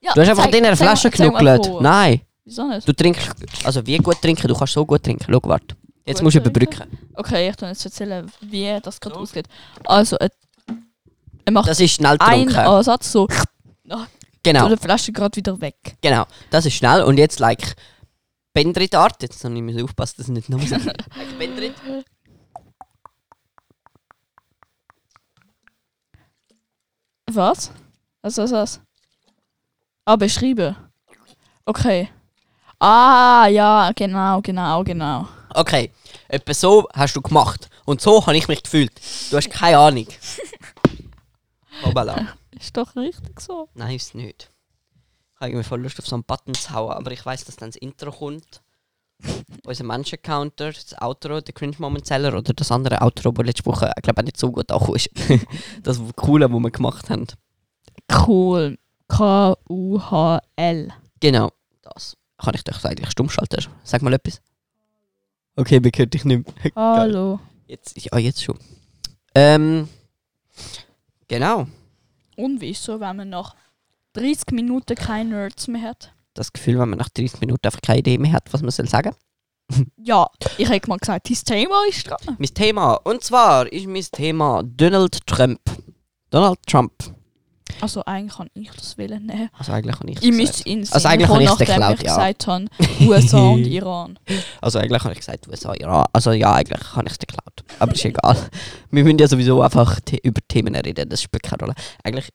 Ja,
Du hast einfach
zeig-
in einer
zeig mal-
Flasche
zeig mal
genuckelt.
vor.
Nein,
Wieso nicht?
du trinkst. Also, wie gut trinken? Du kannst so gut trinken. Schau, warte. Jetzt
Gut
musst du
trinken?
überbrücken.
Okay, ich kann jetzt erzählen, wie das gerade ausgeht. Also, er, er macht
Das ist schnell
einen
trinken.
Ansatz so,
Genau,
tut die Flasche gerade wieder weg.
genau. Das ist schnell. Und jetzt, like, Bendrit-Art. Jetzt muss ich müssen aufpassen, dass ich nicht nochmal sage. like, Bendrit.
Was? Was ist das? Ah, beschrieben. Okay. Ah, ja, genau, genau, genau.
Okay, etwa so hast du gemacht. Und so habe ich mich gefühlt. Du hast keine Ahnung. Obala.
Ist doch richtig so.
Nein, ist nicht. Ich habe irgendwie voll Lust auf so einen Button zu hauen, aber ich weiß, dass dann das Intro kommt. Unser Menschen-Counter, das Outro, der Cringe-Moment-Zeller oder das andere Outro, das letzte Woche, ich glaube, auch nicht so gut angekommen ist. das Coole, was wir gemacht haben.
Cool. K-U-H-L.
Genau, das. Kann ich dich eigentlich stumm schalten? Sag mal etwas. Okay, wir hören dich nicht mehr. Geil.
Hallo.
Jetzt, ja, jetzt schon. Ähm, genau,
Und wie ist so, wenn man nach 30 Minuten keine Nerds mehr hat?
das Gefühl, wenn man nach 30 Minuten einfach keine Idee mehr hat, was man soll sagen
Ja, ich hätte mal gesagt, dein Thema ist dran.
Mein Thema, und zwar ist mein Thema Donald Trump. Donald Trump.
Also eigentlich kann ich das wählen nehmen.
Also eigentlich habe ich
Ich
gesagt.
müsste ihn
Also eigentlich
kommen,
habe ich's
nachdem
geklaut,
ich
ja.
gesagt habe, USA und Iran.
Also eigentlich habe ich gesagt USA, Iran. Also ja, eigentlich habe ich es geklaut. Aber ist egal. Wir müssen ja sowieso einfach the über Themen reden, das spielt keine Rolle. Eigentlich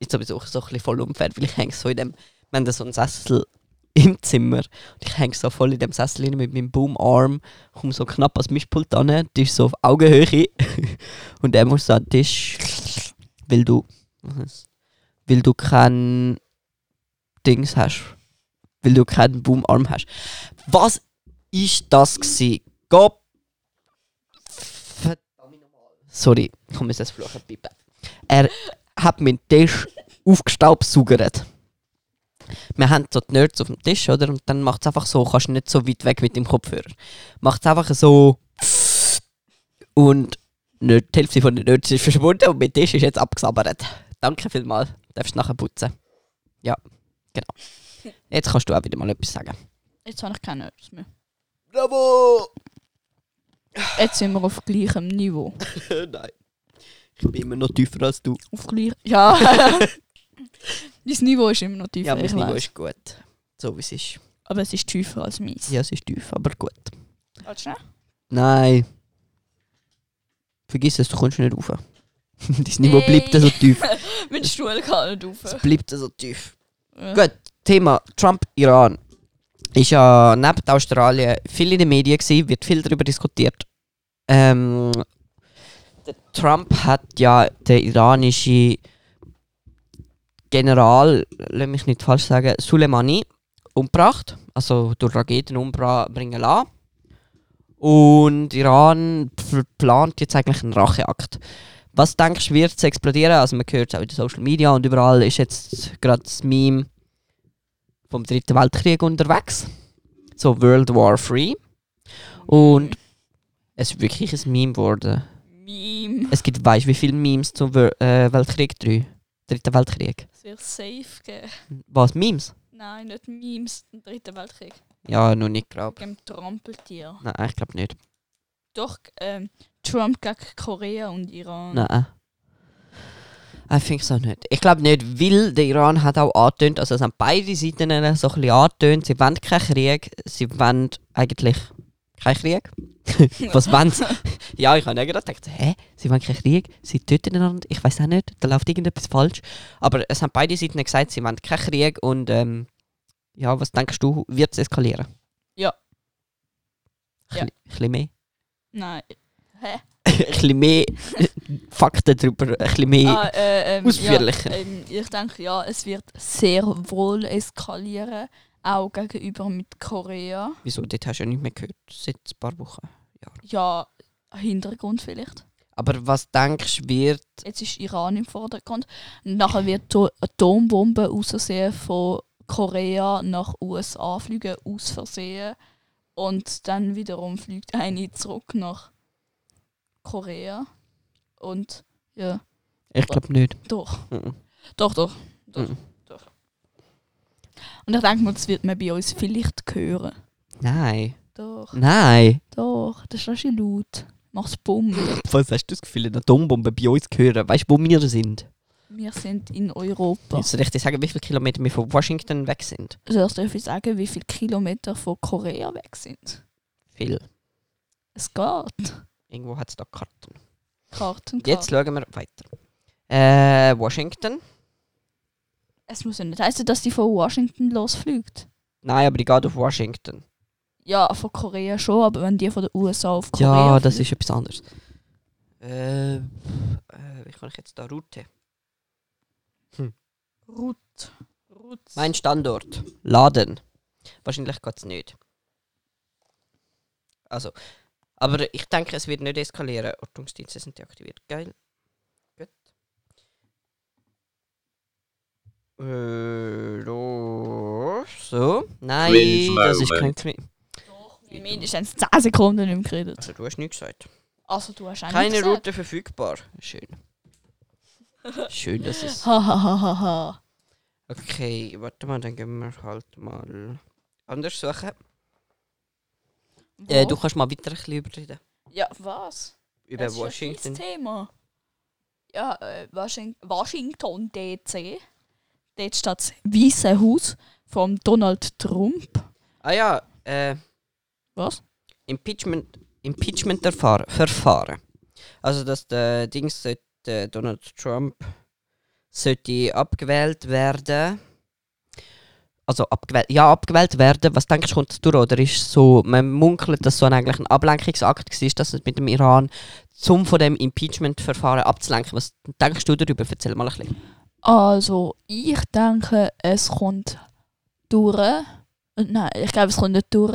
ist sowieso so ein bisschen voll unfair, weil ich eigentlich so in dem, wenn das so ein Sessel im Zimmer. Und ich hänge so voll in dem Sessel rein mit meinem Boomarm, komme so knapp ans Mischpult an, die ist so auf Augenhöhe. und er muss so an den Tisch, weil du, weil du kein Dings hast. Weil du keinen Boomarm hast. Was ist das gsi? Gott. Sorry, ich muss das fluchen pipen. Er hat meinen Tisch aufgestaubsaugert. Wir haben so die Nerds auf dem Tisch, oder? Und dann macht es einfach so, kannst nicht so weit weg mit dem Kopfhörer. Macht es einfach so. Und nicht, die Hälfte von den Nerds ist verschwunden und mein Tisch ist jetzt abgesabbert. Danke vielmals. Darfst nachher putzen. Ja, genau. Jetzt kannst du auch wieder mal etwas sagen.
Jetzt habe ich keine Nerds mehr.
Bravo!
Jetzt sind wir auf gleichem Niveau.
Nein. Ich bin immer noch tiefer als du.
Auf gleich. Ja. Dein Niveau ist immer noch tiefer.
Ja, mein
ich
Niveau
weiss.
ist gut. So wie es ist.
Aber es ist tiefer als meins.
Ja, es ist tief, aber gut.
Warte schnell.
Nein. Vergiss es, du kommst nicht rauf. Dein Niveau
Hey.
bleibt so tief.
Mit dem Stuhl kann ich nicht
Es
rauf. Äh,
bleibt so tief.
Ja.
Gut, Thema Trump, Iran. Ist ja neben Australien viel in den Medien gewesen, wird viel darüber diskutiert. Ähm, der Trump hat ja den iranischen General, lass mich nicht falsch sagen, Soleimani umgebracht, also durch Raketen umbringen lassen. Und Iran pl- plant jetzt eigentlich einen Racheakt. Was denkst du, wird es explodieren? Also man hört es auch in den Social Media und überall ist jetzt gerade das Meme vom Dritten Weltkrieg unterwegs. So World War III. Und es ist wirklich ein Meme geworden.
Meme.
Es gibt, weißt du, wie viele Memes zum Wor- äh, Weltkrieg 3? Dritten Weltkrieg.
Sehr safe geben.
Was, Memes?
Nein, nicht Memes. Den dritten Weltkrieg.
Ja, noch nicht, glaube
Gegen Trampeltier.
ich. Nein, ich glaube nicht.
Doch, ähm, Trump gegen Korea und Iran.
Nein. Ich finde es auch nicht. Ich glaube nicht, weil der Iran hat auch angetönt, also es haben beide Seiten so ein bisschen angetönt, sie wollen keinen Krieg, sie wollen eigentlich keinen Krieg. Was wollen sie? ja, ich habe nicht gedacht, gedacht, hä, sie wollen keinen Krieg, sie töten einander, ich weiß auch nicht, da läuft irgendetwas falsch. Aber es haben beide Seiten gesagt, sie wollen keinen Krieg und ähm, ja, was denkst du, wird es eskalieren?
Ja.
Ein
Ja.
bisschen- bisschen mehr?
Nein. Hä?
ein bisschen mehr äh, Fakten darüber, ein bisschen mehr.
Ah, äh, ähm,
Ausführlicher.
Ja, ähm, ich denke, ja, es wird sehr wohl eskalieren. Auch gegenüber mit Korea.
Wieso? Dort hast du ja nicht mehr gehört, seit ein paar Wochen.
Ja, Hintergrund vielleicht.
Aber was denkst du, wird.
Jetzt ist Iran im Vordergrund. Und nachher wird die Atombombe aus Versehen von Korea nach USA fliegen, aus Versehen. Und dann wiederum fliegt eine zurück nach Korea. Und ja,
Ich glaube nicht.
doch,
Mhm.
doch, doch. doch,
Mhm.
doch. Und ich denke mal, das wird man bei uns vielleicht hören.
Nein.
Doch,
Nein.
doch, das ist schon laut. Mach's bumm.
Was hast du das Gefühl, eine Atombombe bei uns gehören? Weißt du, wo wir sind?
Wir sind in Europa.
Soll ich dir sagen, wie viele Kilometer wir von Washington weg sind?
Zuerst darf ich sagen, wie viele Kilometer von Korea weg sind.
Viel.
Es geht.
Irgendwo hat es da Karten.
Karten,
Jetzt schauen wir weiter. Äh, Washington?
Es muss ja nicht heißen, dass die von Washington losfliegt.
Nein, aber ich gehe auf Washington.
Ja, von Korea schon, aber wenn die von den USA auf Korea.
Ja, das ist
fliegt-
etwas anderes. Äh, äh, wie kann ich jetzt da Route?
Rut. Rut.
Mein Standort. Laden. Wahrscheinlich geht es nicht. Also, aber ich denke, es wird nicht eskalieren. Ordnungsdienste sind deaktiviert. Geil. Gut. Äh, da- so. Nein,
Cringe
das ist kein
moment.
Cringe.
Wir haben mindestens 10 Sekunden nicht mehr geredet.
Also, du hast nichts gesagt.
Also, du hast
Keine
eigentlich.
Route verfügbar. Schön. Schön, dass es.
Hahaha.
Okay, warte mal, dann gehen wir halt mal anders suchen. Äh, du kannst mal weiter ein bisschen überreden.
Ja, was?
Über
das
Washington.
Ist ja dein Thema. Ja, äh, Washing Washington DC. Dort steht das Weiße Haus von Donald Trump.
Ah ja, äh,
Was?
Impeachment, Impeachment Verfahren. Also dass der Dings sollte, äh, Donald Trump sollte abgewählt werden also abgewählt, ja, abgewählt werden. Was denkst du, kommt das durch? Oder ist so, man munkelt, dass so ein, eigentlich ein Ablenkungsakt war, dass es mit dem Iran, zum von dem Impeachment-Verfahren abzulenken. Was denkst du darüber? Erzähl mal ein bisschen.
Also, ich denke, es kommt durch. Nein, ich glaube, es kommt nicht durch.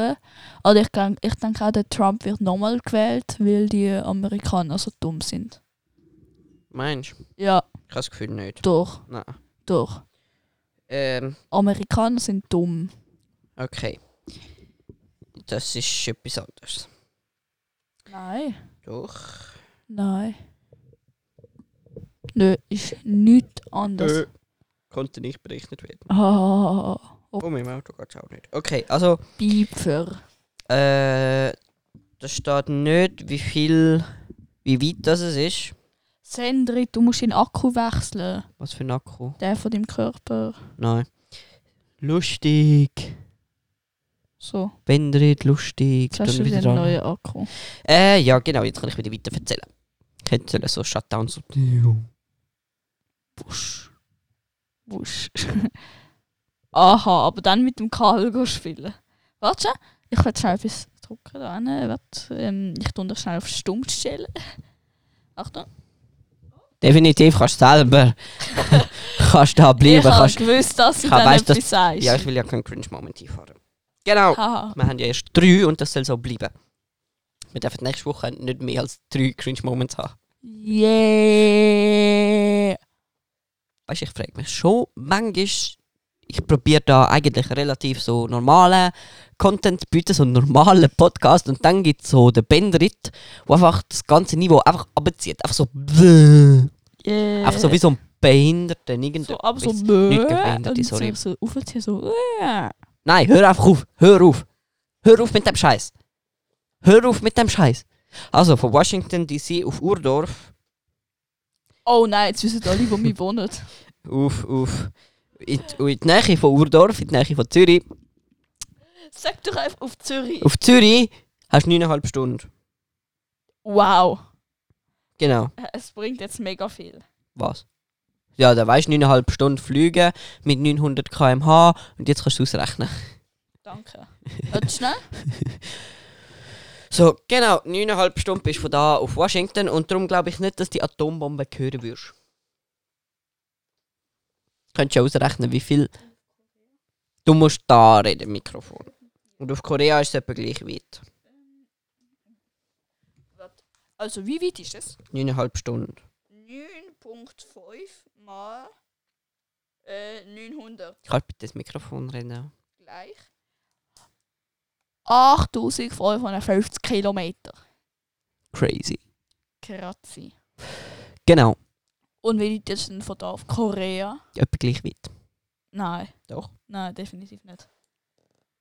Aber ich, denk- ich denke auch, der Trump wird nochmal gewählt, weil die Amerikaner so dumm sind.
Meinst du?
Ja,
Ich habe das Gefühl nicht.
doch,
Nein.
doch.
Ähm,
Amerikaner sind dumm.
okay. Das ist etwas anderes.
Nein.
Doch.
Nein. Nö, ist nichts anders.
Äh. Konnte nicht berechnet werden.
Ah,
Oh, mit dem Auto geht es auch nicht. Okay, also,
Piepfer.
äh, da steht nicht, wie viel, wie weit das es ist.
Sandri, du musst den Akku wechseln.
Was für ein Akku.
Der von deinem Körper.
Nein. Lustig.
So,
Wenn redet lustig.
jetzt hast du
dann wieder
den
an.
neuen Akku.
Äh, ja, genau, jetzt kann ich wieder weiter erzählen. Könnte sollen so Shutdown so.
Busch. Busch. Aha, aber dann mit dem Kabel go spielen. Warte schon. Ich werde schnell etwas drücken. Da hinten. Warte, ähm, ich tue dich schnell auf Stumm stellen. Achtung.
Definitiv kannst du selber. kannst da bleiben.
ich habe
Kannst,
gewusst, dass du
Ich hab-
dann
weißt,
etwas sagst.
ja, ich will ja keinen Cringe-Moment einfahren. Genau.
Haha.
Wir haben ja erst drei und das soll so bleiben. Wir dürfen nächste Woche nicht mehr als drei Cringe-Moments haben.
Yeah.
Weißt du, ich frage mich schon, manchmal, ich probiere da eigentlich relativ so normalen Content zu bieten, so einen normalen Podcast und dann gibt es so den Bendrit, der einfach das ganze Niveau einfach abzieht. Einfach so,
Yeah.
einfach so wie so ein Behinderter. irgendetwas.
so, aber so
nicht
bäh,
Behinderte,
und
sorry.
so, so aufziehen, so äh.
Nein, hör einfach auf, hör auf. Hör auf mit dem Scheiß. Hör auf mit dem Scheiß. Also von Washington DC auf Urdorf.
Oh nein, jetzt wissen alle, wo wir wohnen.
auf, auf in, die- in die Nähe von Urdorf, in die Nähe von Zürich.
Sag doch einfach auf Zürich.
Auf Zürich hast du 9,5 Stunden.
Wow,
Genau.
es bringt jetzt mega viel.
Was? Ja, da weißt du 9,5 Stunden fliegen mit 900 km/h und jetzt kannst du ausrechnen.
Danke. Willst du schnell?
So, genau, 9,5 Stunden bist du von da auf Washington und darum glaube ich nicht, dass die Atombombe hören wirst. Könntest du ausrechnen, wie viel. Du musst da reden, Mikrofon. Und auf Korea ist es etwa gleich weit.
Also, wie weit ist es?
9,5 Stunden.
9.5 mal äh, 900
Kannst bitte das Mikrofon reden?
gleich. 8550 Kilometer.
Crazy.
Kratzi.
Genau,
Und wie weit ist denn von da auf Korea?
etwa gleich weit.
Nein.
Doch.
Nein, definitiv nicht.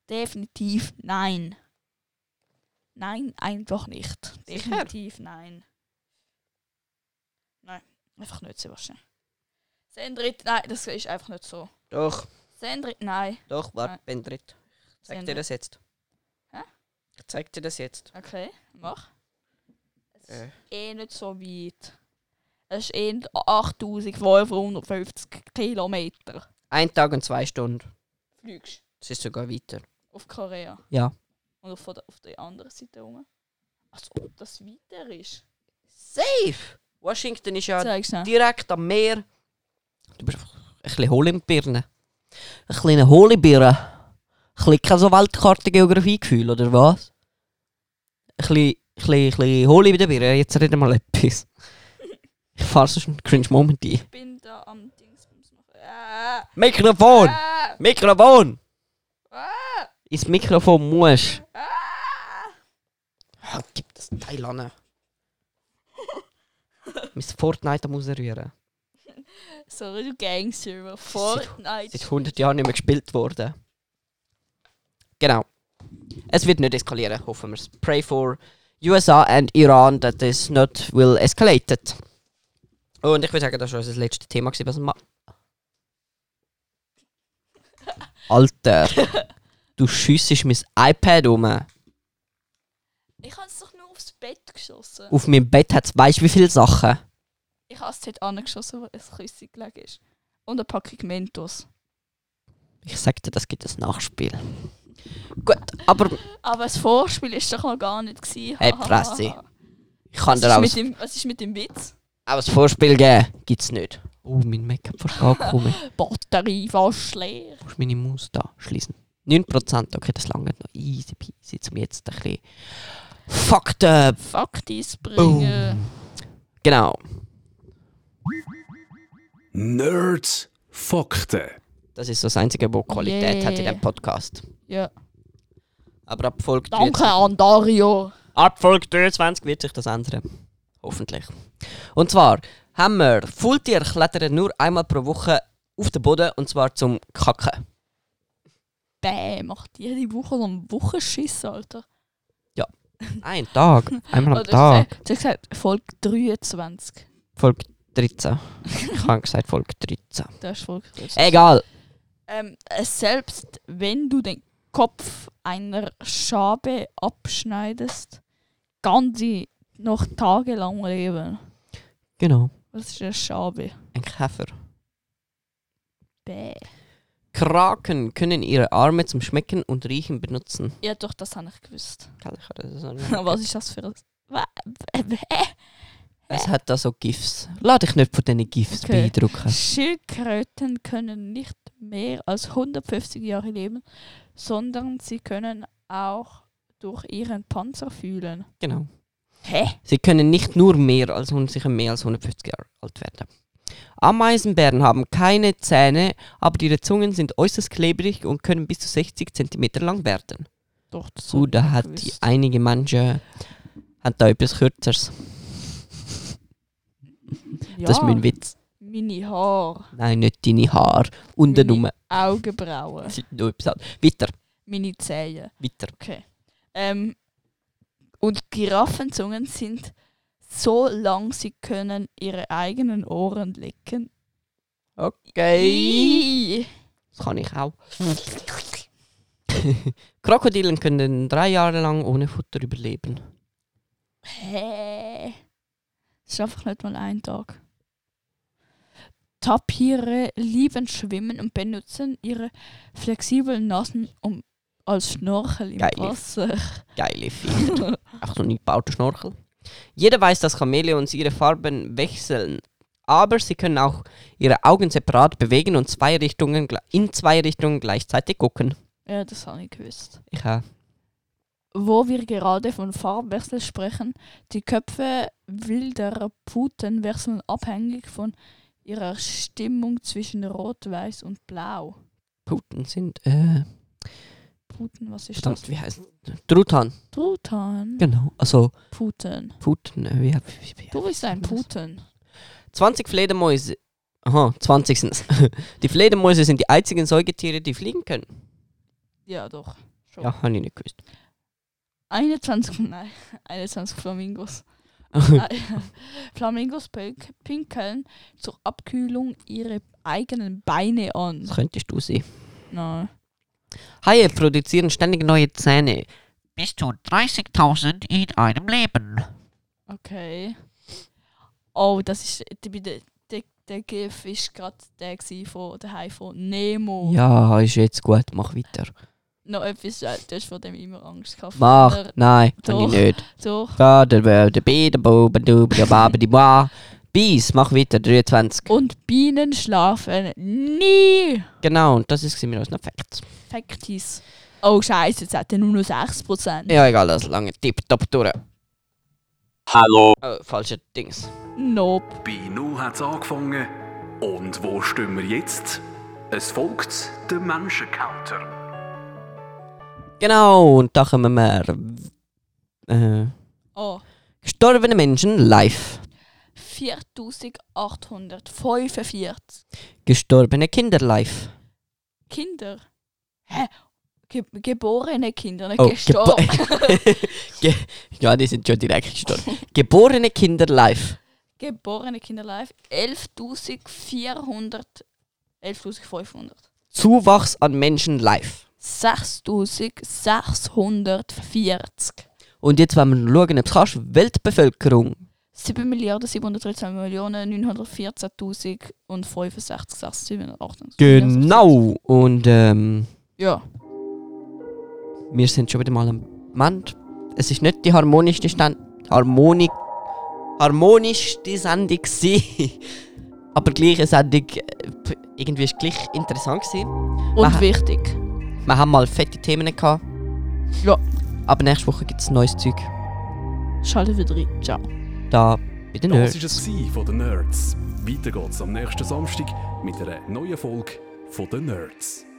Definitiv nein. Nein, einfach nicht. Definitiv nein. Nein, einfach nicht, Sebastian. Sendrit, nein, das ist einfach nicht so.
Doch,
Sendrit, nein.
doch,
Nein.
warte, Bendrit. Ich zeig dir
Sendrit.
das jetzt.
Hä?
Ich zeig dir das jetzt.
Okay, mach. Es ist
Äh.
eh nicht so weit. Es ist eh 8550 Kilometer.
Ein Tag und zwei Stunden.
Fliegst
Es ist sogar weiter.
auf Korea.
Ja.
Und auf der, auf der anderen Seite rum. Als ob das weiter ist.
Safe! Washington ist ja
Zeig's schnell.
direkt am Meer. Du bist einfach ein bisschen hohl im Birne. Ein kleiner hohle Birne. Ein bisschen kein so Weltkarte-Geografie-Gefühl, oder was? Ein bisschen, ein bisschen, ein bisschen hohl in der Birne. Jetzt reden wir mal etwas. Ich fahre sonst einen Cringe-Moment ein.
bin da am Dingsbums noch. Ah,
Mikrofon!
ah,
Mikrofon!
ah,
Ins Mikrofon musst.
ah.
Ah, gib das Teil an. Mein Fortnite muss er rühren.
Sorry, du Gangster. weil Fortnite.
Seit 100 Jahren nicht mehr gespielt worden. Genau. Es wird nicht eskalieren, hoffen wir's. Pray for USA and Iran that this not will escalated. Und ich würde sagen, das war unser letztes Thema. gewesen, Was ma Alter, du schiessest mein iPad um.
Ich habe es doch nur aufs Bett geschossen.
auf meinem Bett hat es weißt wie viele Sachen.
Ich habe es dort angeschossen, wo es küssig gelegen ist. Und eine Packung Mentos.
Ich sagte, das gibt ein Nachspiel. Gut, aber
Aber das Vorspiel war doch noch gar nicht. Gewesen.
Hey, Fresse. ich kann
Was
dir
ist,
auch,
mit dem, was ist mit dem Witz?
auch ein Vorspiel geben. Gibt es nicht. Oh, mein Make-up fast angekommen.
Batterie fast leer.
musst meine Maus da schließen. 9%, okay, das lange noch. Easy peasy, zum jetzt ein bisschen Fakten.
Faktis bringen.
Genau.
Nerds Fakten.
Das ist so das Einzige, wo Qualität hat in
Yeah.
diesem Podcast.
Ja.
Aber ab Folge,
Danke
23
an Dario.
ab Folge 23 wird sich das ändern. Hoffentlich. Und zwar haben wir Fulltiere klettern nur einmal pro Woche auf den Boden und zwar zum Kacken.
Bäh, macht jede Woche so einen Wochenschiss, Alter.
Ein Tag. Einmal am
Oder hast
Tag.
du gesagt- hast du gesagt, Folge 23.
Folge 13. Ich habe gesagt Folge 13.
Das ist Folge 23.
Egal.
Ähm, äh, selbst wenn du den Kopf einer Schabe abschneidest, kann sie noch tagelang leben.
Genau.
Was ist eine Schabe?
Ein Käfer.
Bäh.
Kraken können ihre Arme zum Schmecken und Riechen benutzen.
Ja, doch, das habe ich gewusst.
Kann ich das so nicht merken.
Was ist das für ein. Wa- w-
Es hat da so GIFs. Lade dich nicht von diesen GIFs
Okay.
beeindrucken.
Schildkröten können nicht mehr als 150 Jahre leben, sondern sie können auch durch ihren Panzer fühlen.
Genau.
Hä?
Sie können nicht nur mehr als, hun- sicher mehr als 150 Jahre alt werden. Ameisenbären haben keine Zähne, aber ihre Zungen sind äußerst klebrig und können bis zu 60 cm lang werden.
Doch, das
So, Uh,
hab ich
da
nicht
hat die
gewusst.
einige Menschen haben da etwas Kürzeres.
ja,
Das ist mein Witz.
Meine Haare,
Nein, nicht deine Haare. Unten rum.
meine Augenbrauen,
sind nur etwas anderes. Weiter,
meine Zähne.
weiter.
Okay. Ähm, und Giraffenzungen sind so lang, sie können ihre eigenen Ohren lecken.
Okay.
Ih.
Das kann ich auch. Krokodilen können drei Jahre lang ohne Futter überleben.
Hä? Das ist einfach nicht mal ein Tag. Tapire lieben Schwimmen und benutzen ihre flexiblen Nasen um, als Schnorchel im
Geil.
Wasser.
Geile Viecher. Auch noch nie gebaute Schnorchel. Jeder weiß, dass Chamäleons ihre Farben wechseln. Aber sie können auch ihre Augen separat bewegen und zwei Richtungen, gle- in zwei Richtungen gleichzeitig gucken.
Ja, das habe ich gewusst.
Ich habe
Wo wir gerade von Farbwechsel sprechen, die Köpfe wilder Puten wechseln abhängig von ihrer Stimmung zwischen Rot, Weiß und Blau.
Puten sind. Äh,
Puten, was ist das?
verdammt, wie heißt Truthahn.
Truthahn.
Genau. Also
Puten.
Puten. Äh, wie, wie, wie,
Du bist ein Puten.
20 Fledermäuse. Aha, 20 sind Die Fledermäuse sind die einzigen Säugetiere, die fliegen können.
Ja, doch. Schon.
Ja, habe ich nicht gewusst.
21, nein, 21 Flamingos. Nein. Flamingos pink- pinkeln zur Abkühlung ihre eigenen Beine an.
Das könntest du sehen.
Nein.
Haie produzieren ständig neue Zähne.
bis zu 30.000 in einem Leben.
Okay. Oh, das ist. Der, der, der, der GIF ist gerade der gewesen von der Hai von Nemo.
Ja, ist jetzt gut, mach weiter.
Noch etwas, äh, du hast vor dem immer Angst gehabt.
Mach,
Äh,
Oder-
nein, kann
Doch.
ich nicht.
Doch.
Da, da, da, da, bi, da, bo, ba, du, ba, ba, ba, di, ba. Bis, mach weiter, 23.
Und Bienen schlafen nie.
Genau, und das ist mir aus einem Fact.
Faktis. Oh, Scheiße, jetzt hat er nur noch 6%.
Ja, egal, das lange tipptopp durch.
Hallo,
Oh, falsche Dings.
Nope.
Bino hat's angefangen. Und wo stehen wir jetzt? Es folgt der Menschencounter.
Genau, und da kommen wir. Äh,
Oh.
gestorbene Menschen live.
4845
Gestorbene Kinder live.
Kinder. Hä? Ge geborene Kinder, nicht
Oh,
gestorben.
gebo- Ge ja, die sind schon direkt gestorben. Geborene Kinder live.
geborene Kinder live 11.400, 11.500.
Zuwachs an Menschen live.
6.640.
Und jetzt wollen wir schauen, ob es kannst. Weltbevölkerung.
7 Milliarden 713 Millionen 914.065 und 768.
Genau. Und ähm,
Ja.
wir sind schon wieder mal am Moment. Es ist nicht die harmonischste Stand Harmonik harmonischste Sendung gewesen. aber gleich eine Sendung äh, p- irgendwie ist gleich interessant gewesen.
Und
Aha.
wichtig.
Wir haben mal fette Themen gehabt.
Ja.
Aber nächste Woche gibt es neues Zeug.
Schalten wir rein. Ciao.
Da bei den
Das
Nerds.
war es gewesen von den Nerds. Weiter geht's am nächsten Samstag mit einer neuen Folge von den Nerds.